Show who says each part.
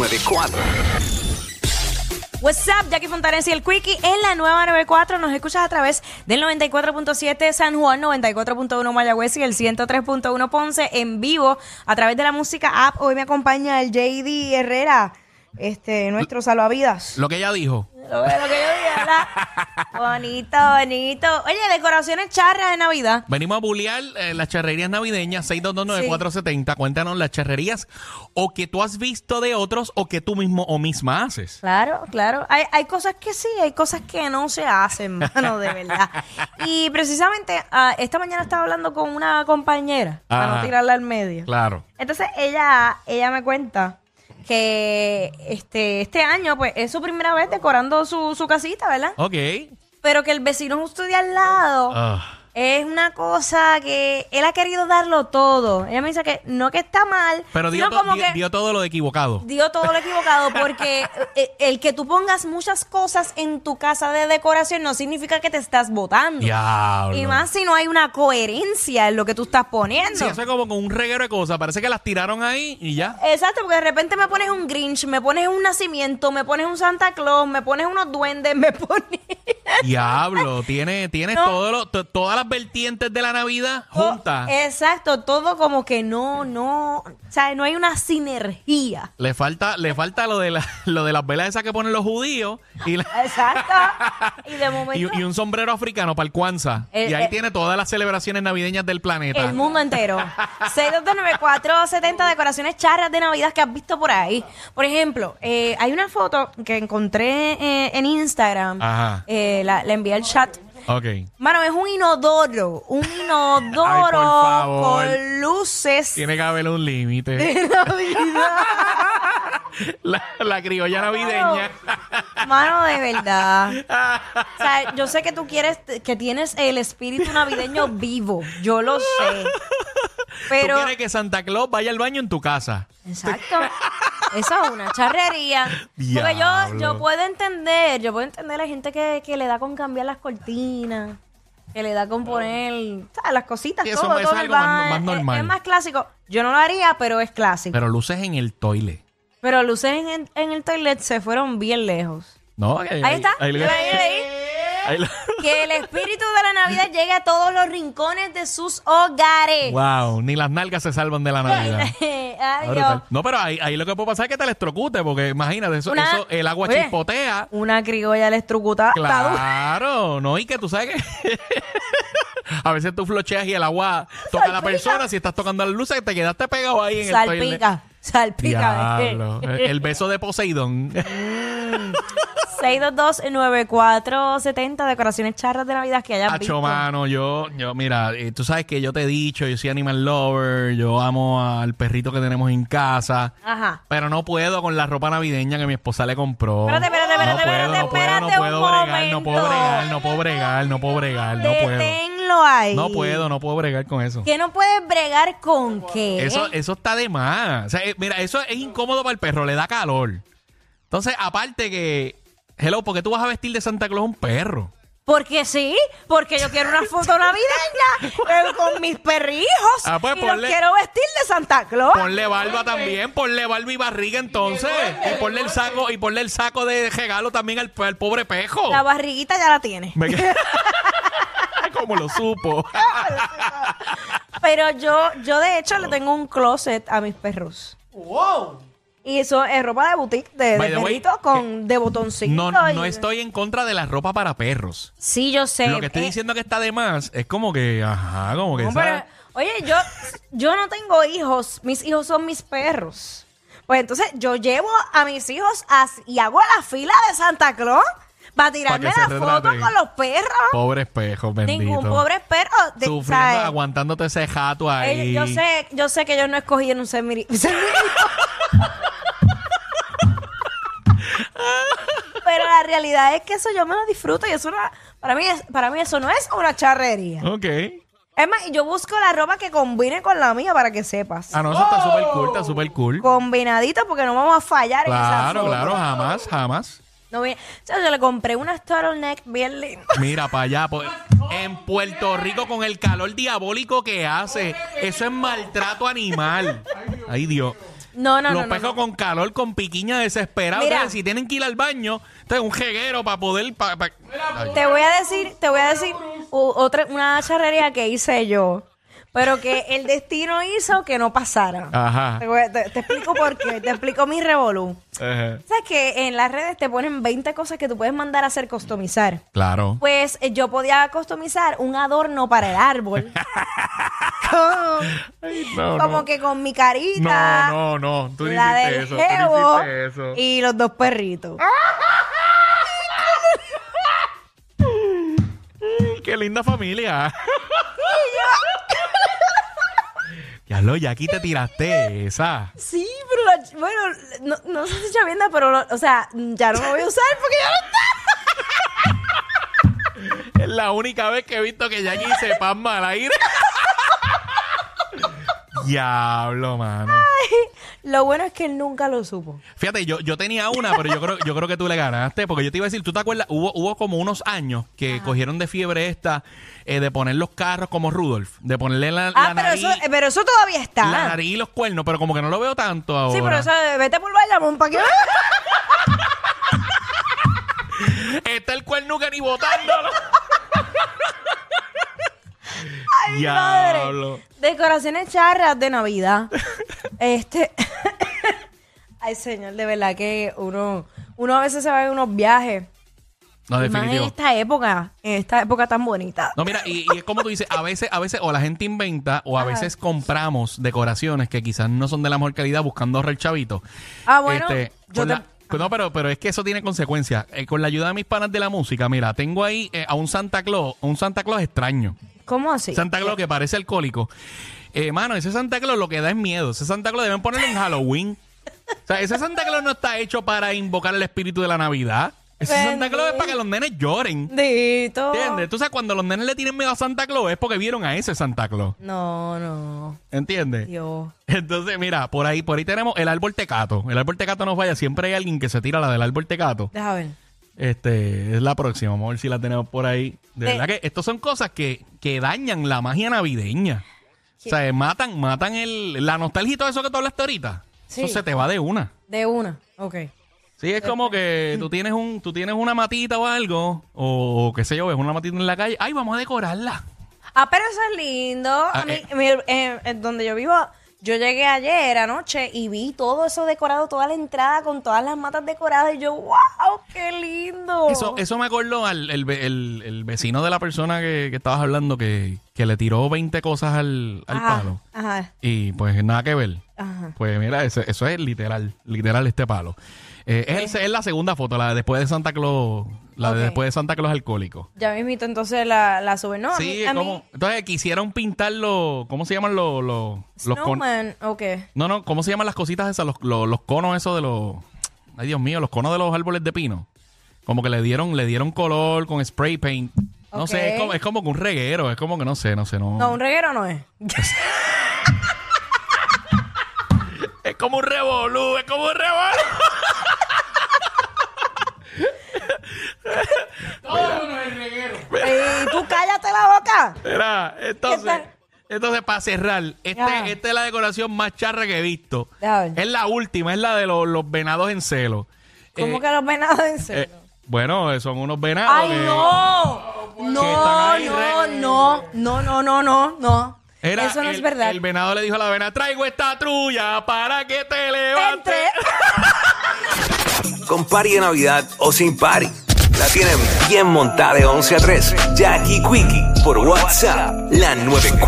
Speaker 1: 94.
Speaker 2: What's up, Jackie Fontanes y el Quickie en la nueva 94. Nos escuchas a través del 94.7 San Juan, 94.1 Mayagüez y el 103.1 Ponce en vivo a través de la música app. Hoy me acompaña el JD Herrera, este, nuestro salvavidas.
Speaker 3: Lo que ella dijo.
Speaker 2: Lo que lo que yo dije, ¿verdad? Bonito, bonito. Oye, decoraciones charras de Navidad.
Speaker 3: Venimos a bulear eh, las charrerías navideñas, 6229470. Cuéntanos las charrerías o que tú has visto de otros o que tú mismo o misma haces.
Speaker 2: Claro, claro. Hay, hay cosas que sí, hay cosas que no se hacen, mano, de verdad. Y precisamente ah, esta mañana estaba hablando con una compañera para no
Speaker 3: Ajá.
Speaker 2: tirarla al medio.
Speaker 3: Claro.
Speaker 2: Entonces ella, ella me cuenta que este, este año pues es su primera vez decorando su, su casita, ¿verdad?
Speaker 3: Ok.
Speaker 2: Pero que el vecino justo de al lado
Speaker 3: Ah,
Speaker 2: es una cosa que él ha querido darlo todo. Ella me dice que no que está mal,
Speaker 3: Pero dio,
Speaker 2: sino
Speaker 3: to-
Speaker 2: como
Speaker 3: dio-
Speaker 2: que
Speaker 3: dio todo lo equivocado.
Speaker 2: dio todo lo equivocado porque eh, el que tú pongas muchas cosas en tu casa de decoración no significa que te estás votando.
Speaker 3: Diablo.
Speaker 2: Y más si no hay una coherencia en lo que tú estás poniendo.
Speaker 3: Sí, eso es como con un reguero de cosas. Parece que las tiraron ahí y ya.
Speaker 2: Exacto, porque de repente me pones un Grinch, me pones un nacimiento, me pones un Santa Claus, me pones unos duendes, me pones...
Speaker 3: Diablo. Tiene, tiene
Speaker 2: No. Oh,
Speaker 3: todo lo- to- todas las vertientes de la Navidad juntas.
Speaker 2: eh. Exacto, todo como que no, no, o sea, no hay una sinergia.
Speaker 3: Le falta, le falta lo de la- lo de las velas esas que ponen los judíos y, la-
Speaker 2: Exacto. Y de
Speaker 3: y,
Speaker 2: momento...
Speaker 3: y un sombrero africano para el Kwanzaa.
Speaker 2: Eh,
Speaker 3: y ahí
Speaker 2: eh.
Speaker 3: tiene todas las celebraciones navideñas del planeta.
Speaker 2: El mundo entero. 6229470 decoraciones charras de Navidad que has visto por ahí. Por ejemplo, eh, hay una foto que encontré eh, en Instagram.
Speaker 3: Ajá.
Speaker 2: Eh, la, la envié al chat.
Speaker 3: Ok.
Speaker 2: Mano, es un inodoro. Un inodoro
Speaker 3: Ay, por favor.
Speaker 2: con luces.
Speaker 3: Tiene que haber un límite. la, la criolla navideña.
Speaker 2: Mano, de verdad. O sea, yo sé que tú quieres, que tienes el espíritu navideño vivo. Yo lo sé. Pero.
Speaker 3: Tú quieres que Santa Claus vaya al baño en tu casa.
Speaker 2: Exacto. Eso es una charrería. Porque yo, yo
Speaker 3: Diablo.
Speaker 2: puedo entender, yo puedo entender a la gente que, que le da con cambiar las cortinas, que le da con poner ¿sabes? las cositas,
Speaker 3: Sí, eso
Speaker 2: todo,
Speaker 3: es
Speaker 2: todo el
Speaker 3: algo más-
Speaker 2: baño.
Speaker 3: más
Speaker 2: Es-
Speaker 3: normal.
Speaker 2: Es, más clásico. Yo no lo haría, pero es clásico. Pero,
Speaker 3: Pero luces en el toile.
Speaker 2: luces en, en- en el toilet se fueron bien lejos.
Speaker 3: No,
Speaker 2: Ahí está.
Speaker 3: ahí le-
Speaker 2: Yo ahí leí
Speaker 3: ahí le-
Speaker 2: Que el espíritu de la Navidad llegue a todos los rincones de sus hogares.
Speaker 3: wow, ni las nalgas se salvan de la Navidad.
Speaker 2: Ay,
Speaker 3: Ah,
Speaker 2: Dios.
Speaker 3: brutal. No, pero ahí, ahí lo que puede pasar es que te electrocute, porque imagínate, eso,
Speaker 2: Una-
Speaker 3: eso el agua
Speaker 2: Oye.
Speaker 3: chispotea.
Speaker 2: Una criolla electrocutada.
Speaker 3: Claro, no, y que tú sabes que a veces tú flocheas y el agua toca a la persona, si estás tocando la luz, te quedaste pegado ahí en el toilet.
Speaker 2: Salpica, salpica.
Speaker 3: Diablo, eh, el beso de Poseidón.
Speaker 2: 622-9470, decoraciones charras de Navidad que hayas
Speaker 3: Hacho,
Speaker 2: visto.
Speaker 3: mano, yo, yo, mira, eh, tú sabes que yo te he dicho, yo soy animal lover, yo amo al perrito que tenemos en casa,
Speaker 2: Ajá.
Speaker 3: pero no puedo con la ropa navideña que mi esposa le compró.
Speaker 2: Espérate, espérate, espérate,
Speaker 3: no
Speaker 2: espérate,
Speaker 3: puedo,
Speaker 2: espérate
Speaker 3: no puedo, no
Speaker 2: un
Speaker 3: puedo bregar, no puedo
Speaker 2: momento.
Speaker 3: bregar, no puedo bregar, no puedo bregar, no puedo.
Speaker 2: Deténlo ahí.
Speaker 3: No puedo, no puedo bregar con eso.
Speaker 2: ¿Que no puedes bregar con qué?
Speaker 3: Eso, eso está de más. O sea, eh, mira, eso es incómodo para el perro, le da calor. Entonces, aparte que, hello, ¿por qué tú vas a vestir de Santa Claus a un perro?
Speaker 2: Porque sí, porque yo quiero una foto navideña eh, con mis perrijos.
Speaker 3: Ah, pues,
Speaker 2: y
Speaker 3: ponle-
Speaker 2: los quiero vestir de Santa Claus.
Speaker 3: Ponle barba también, ponle barba y barriga entonces. Y ponle el saco, y ponle el saco de regalo también al, al pobre pejo.
Speaker 2: La barriguita ya la tiene.
Speaker 3: Me qued- Como lo supo.
Speaker 2: Pero yo, yo de hecho le
Speaker 3: Oh.
Speaker 2: tengo un closet a mis perros. ¡Wow! Y eso es ropa de boutique, de, de
Speaker 3: By the way,
Speaker 2: perrito con, de botoncito.
Speaker 3: No, no
Speaker 2: y-
Speaker 3: estoy en contra de la ropa para perros.
Speaker 2: Sí, yo sé.
Speaker 3: Lo que estoy
Speaker 2: Eh,
Speaker 3: diciendo que está de más es como que, ajá, como que
Speaker 2: no,
Speaker 3: ¿sabes?
Speaker 2: pero- oye, yo, yo no tengo hijos. Mis hijos son mis perros. Pues entonces yo llevo a mis hijos a- y hago la fila de Santa Claus para tirarme
Speaker 3: se
Speaker 2: la foto
Speaker 3: retraten.
Speaker 2: con los perros.
Speaker 3: Pobres pejos, bendito.
Speaker 2: Ningún pobre perro. de-
Speaker 3: Sufriendo,
Speaker 2: ¿sabes?
Speaker 3: aguantándote ese jato ahí.
Speaker 2: Eh, yo sé, yo sé que ellos no escogieron ser mi ser mi- Pero la realidad es que eso yo me lo disfruto y eso una, para mí es- para mí eso no es una charrería.
Speaker 3: Ok.
Speaker 2: Es más, yo busco la ropa que combine con la mía para que sepas.
Speaker 3: Ah, no, eso está súper cool, está súper cool.
Speaker 2: Combinadito porque no vamos a fallar
Speaker 3: Claro,
Speaker 2: en Oh. esa
Speaker 3: claro, jamás, jamás.
Speaker 2: No, vi- yo, yo le compré unas turtleneck bien lindas.
Speaker 3: Mira para allá, po- en Puerto Rico con el calor diabólico que hace, eso es maltrato animal. Ay Dios.
Speaker 2: No, no,
Speaker 3: los
Speaker 2: no, no,
Speaker 3: pejo
Speaker 2: no.
Speaker 3: con calor, con piquiña desesperada.
Speaker 2: Mira.
Speaker 3: Entonces, si tienen que ir al baño, entonces un jeguero para poder. pa- pa- Ay.
Speaker 2: Te voy a decir, te voy a decir u- otra, una charrería que hice yo, pero que el destino hizo que no pasara.
Speaker 3: Ajá.
Speaker 2: Te, voy a- te- te explico por qué, te explico mi revolú.
Speaker 3: Ajá.
Speaker 2: ¿Sabes que en las redes te ponen 20 cosas que tú puedes mandar a hacer customizar?
Speaker 3: Claro.
Speaker 2: Pues eh, yo podía customizar un adorno para el árbol. Con-
Speaker 3: No,
Speaker 2: como
Speaker 3: no.
Speaker 2: que con mi carita.
Speaker 3: No, no, no. Tú no
Speaker 2: la
Speaker 3: hiciste
Speaker 2: del
Speaker 3: eso.
Speaker 2: jevo
Speaker 3: Tú no hiciste eso.
Speaker 2: y los dos perritos. Ah,
Speaker 3: Qué linda familia. ya lo, ya aquí te tiraste esa.
Speaker 2: Sí, pero la ch- bueno, no, no sé si chavienda, pero lo- o sea, ya no lo voy a usar porque ya no está.
Speaker 3: Es la única vez que he visto que Jackie se pasma al aire. Diablo, mano.
Speaker 2: Lo bueno es que él nunca lo supo.
Speaker 3: Fíjate, yo, yo tenía una, pero yo creo, yo creo que tú le ganaste. Porque yo te iba a decir, ¿tú te acuerdas? Hubo, hubo como unos años que cogieron de fiebre esta eh, de poner los carros como Rudolf, de ponerle la,
Speaker 2: Ah,
Speaker 3: la
Speaker 2: pero
Speaker 3: nariz,
Speaker 2: eso, eh, pero eso todavía está.
Speaker 3: la nariz y los cuernos, pero como que no lo veo tanto ahora.
Speaker 2: sí, pero eso, eh, vete por Bayamón para que
Speaker 3: Está el cuerno que ni botándolo.
Speaker 2: Ay, madre. Decoraciones charras de Navidad. este. Ay, señor, de verdad que uno, uno a veces se va a unos viajes.
Speaker 3: No,
Speaker 2: Más en
Speaker 3: definitivo.
Speaker 2: esta época, en esta época tan bonita.
Speaker 3: No, mira, y, y es como tú dices, a veces, a veces o la gente inventa o a veces compramos decoraciones que quizás no son de la mejor calidad buscando ahorrar chavito. Este,
Speaker 2: Ah, bueno, yo
Speaker 3: con
Speaker 2: te-
Speaker 3: la- pues no, pero, pero es que eso tiene consecuencias. Eh, con la ayuda de mis panas de la música, mira, tengo ahí eh, a un Santa Claus, un Santa Claus extraño.
Speaker 2: ¿Cómo así?
Speaker 3: Santa Claus que parece alcohólico. Eh, mano, ese Santa Claus lo que da es miedo. Ese Santa Claus deben ponerlo en Halloween. O sea, ese Santa Claus no está hecho para invocar el espíritu de la Navidad. Ese Santa Claus es para que los nenes lloren.
Speaker 2: Dito.
Speaker 3: ¿Entiendes? Entonces, cuando los nenes le tienen miedo a Santa Claus es porque vieron a ese Santa Claus.
Speaker 2: No, no.
Speaker 3: ¿Entiendes?
Speaker 2: Dios.
Speaker 3: Entonces, mira, por ahí, por ahí tenemos el árbol tecato. El árbol tecato no falla. Siempre hay alguien que se tira la del árbol tecato.
Speaker 2: Deja ver.
Speaker 3: Este, es la próxima. Vamos a ver si la tenemos por ahí. De
Speaker 2: De-
Speaker 3: verdad que estas son cosas que, que dañan la magia navideña. O sea, matan, matan el, la nostalgia y todo eso que tú hablaste ahorita.
Speaker 2: Sí.
Speaker 3: Eso se te va de una.
Speaker 2: De una. Ok.
Speaker 3: Sí, es como que tú tienes un, tú tienes una matita o algo, o, o qué sé yo, ves una matita en la calle, ay, vamos a decorarla.
Speaker 2: Ah, pero eso es lindo.
Speaker 3: Ah,
Speaker 2: a mí,
Speaker 3: eh.
Speaker 2: mi- eh, eh, donde yo vivo, yo llegué ayer anoche y vi todo eso decorado, toda la entrada con todas las matas decoradas. Y yo, wow, qué lindo.
Speaker 3: Eso, eso me acordó al el, ve- el- el vecino de la persona que, que estabas hablando que, que le tiró 20 cosas al, al
Speaker 2: Ajá,
Speaker 3: palo.
Speaker 2: Ajá,
Speaker 3: Y pues nada que ver.
Speaker 2: ajá.
Speaker 3: Pues mira, eso, eso es literal, literal este palo. Eh, es, el- es la segunda foto, la de después de Santa Claus, la
Speaker 2: Ok.
Speaker 3: de después de Santa Claus alcohólico.
Speaker 2: Ya mismito entonces la, la suben. No, Ah, a mí-
Speaker 3: sí,
Speaker 2: a mí,
Speaker 3: como, entonces quisieron pintar los, ¿cómo se llaman los, los, los con-
Speaker 2: Snowman, ok.
Speaker 3: No, no, ¿cómo se llaman las cositas esas? Los, los, los conos esos de los... Ay, Dios mío, los conos de los árboles de pino. Como que le dieron, le dieron color con spray paint. No
Speaker 2: Ok.
Speaker 3: sé, es como, es como que un reguero, es como que no sé, no sé, no.
Speaker 2: No, un reguero no es.
Speaker 3: Es como un revolú, es como un revolú.
Speaker 2: y tú cállate la boca.
Speaker 3: Era, entonces,
Speaker 2: tal?
Speaker 3: entonces para cerrar,
Speaker 2: Ajá.
Speaker 3: este, esta es la decoración más charra que he visto.
Speaker 2: Deja ver.
Speaker 3: Es la última, es la de los, los venados en celo.
Speaker 2: ¿Cómo
Speaker 3: Eh,
Speaker 2: que los venados en
Speaker 3: eh,
Speaker 2: serio?
Speaker 3: bueno, son unos venados.
Speaker 2: ¡Ay,
Speaker 3: que-
Speaker 2: no! No,
Speaker 3: Que
Speaker 2: no,
Speaker 3: están ahí
Speaker 2: no, no, no, no, no, no.
Speaker 3: Era
Speaker 2: Eso no
Speaker 3: el,
Speaker 2: es verdad.
Speaker 3: El venado le dijo a la avena, traigo esta trulla para que te levantes.
Speaker 2: Entre.
Speaker 1: Con party de Navidad o sin party. La tienen bien montada de 11 a 3. Jackie Quickie por WhatsApp. La 94.